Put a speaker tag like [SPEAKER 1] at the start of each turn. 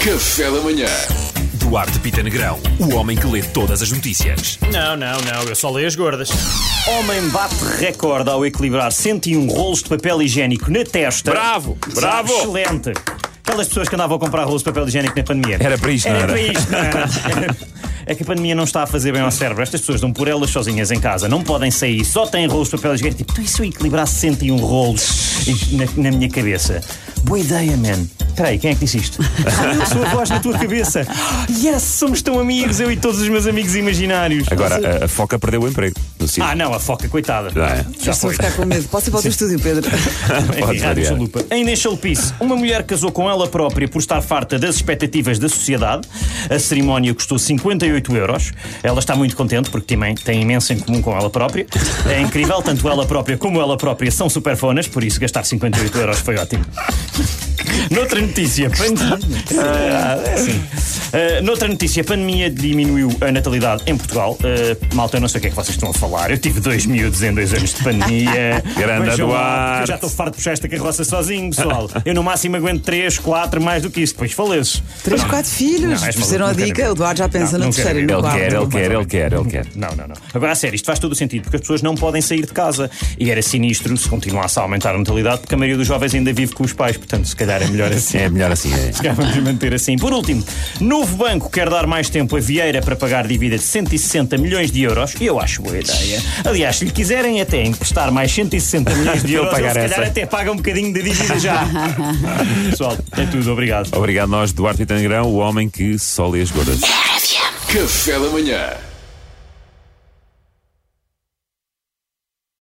[SPEAKER 1] Café da manhã.
[SPEAKER 2] Duarte Pita Negrão, o homem que lê todas as notícias.
[SPEAKER 3] Não, não, não, eu só leio as gordas.
[SPEAKER 4] Homem bate recorde ao equilibrar 101 rolos de papel higiênico na testa.
[SPEAKER 3] Bravo, bravo.
[SPEAKER 4] Excelente! Aquelas pessoas que andavam a comprar rolos de papel higiênico na pandemia.
[SPEAKER 2] Era para isto, não era?
[SPEAKER 4] para isto, não era? É que a pandemia não está a fazer bem ao cérebro. Estas pessoas dão por elas sozinhas em casa, não podem sair, só têm rolos de papel higiênico. Tipo, então e se eu equilibrar 101 rolos na, na minha cabeça? Boa ideia, man. Peraí, quem é que disse isto? Ah, eu sou a voz na tua cabeça. Yes, somos tão amigos, eu e todos os meus amigos imaginários.
[SPEAKER 2] Agora, a, a Foca perdeu o emprego. No sítio.
[SPEAKER 4] Ah, não, a foca, coitada.
[SPEAKER 2] Não é?
[SPEAKER 4] Ah, Já
[SPEAKER 5] Estou a
[SPEAKER 4] foi.
[SPEAKER 5] ficar com medo. Posso ir para o teu estúdio, Pedro?
[SPEAKER 2] Pode
[SPEAKER 4] Enfim, rádio
[SPEAKER 2] variar.
[SPEAKER 4] chalupa. Em National Peace, uma mulher casou com ela própria por estar farta das expectativas da sociedade. A cerimónia custou 58 euros. Ela está muito contente porque também tem imenso em comum com ela própria. É incrível, tanto ela própria como ela própria são superfonas, por isso gastar 58 euros foi ótimo. Noutra notícia, pandemia. Ah, sim. Ah, noutra notícia, a pandemia diminuiu a natalidade em Portugal. Ah, malta, eu não sei o que é que vocês estão a falar. Eu tive dois miúdos em dois anos de pandemia.
[SPEAKER 2] Grande
[SPEAKER 4] Vejam lá, que Eu
[SPEAKER 2] Duarte.
[SPEAKER 4] já estou farto de puxar esta carroça sozinho, pessoal. Eu no máximo aguento três, quatro, mais do que isso. Depois faleço.
[SPEAKER 5] Três, quatro filhos.
[SPEAKER 2] é
[SPEAKER 4] és
[SPEAKER 5] Perceberam a
[SPEAKER 4] maluco, não quero
[SPEAKER 5] dica?
[SPEAKER 4] ver.
[SPEAKER 5] O Eduardo já pensa
[SPEAKER 4] Não,
[SPEAKER 5] na
[SPEAKER 4] não quero
[SPEAKER 5] terceira e
[SPEAKER 4] ver.
[SPEAKER 5] no
[SPEAKER 2] Ele
[SPEAKER 5] quarto.
[SPEAKER 2] quer, ele quer, ele quer, ele quer.
[SPEAKER 4] Não, não, não. Agora, a sério, isto faz todo o sentido, porque as pessoas não podem sair de casa. E era sinistro se continuasse a aumentar a natalidade, porque a maioria dos jovens ainda vive com os pais, portanto, se calhar é melhor assim.
[SPEAKER 2] É melhor assim, é.
[SPEAKER 4] Já Vamos manter assim. Por último, novo banco quer dar mais tempo a Vieira para pagar dívida de 160 milhões de euros. Eu acho boa ideia. Aliás, se lhe quiserem até emprestar mais 160 milhões de
[SPEAKER 2] Eu
[SPEAKER 4] euros, ele,
[SPEAKER 2] pagar
[SPEAKER 4] se calhar
[SPEAKER 2] essa.
[SPEAKER 4] até paga um bocadinho da dívida já. Pessoal, é tudo. Obrigado.
[SPEAKER 2] Obrigado, nós, Duarte Pita Negrão, o homem que só lê as gordas.
[SPEAKER 1] Café da manhã.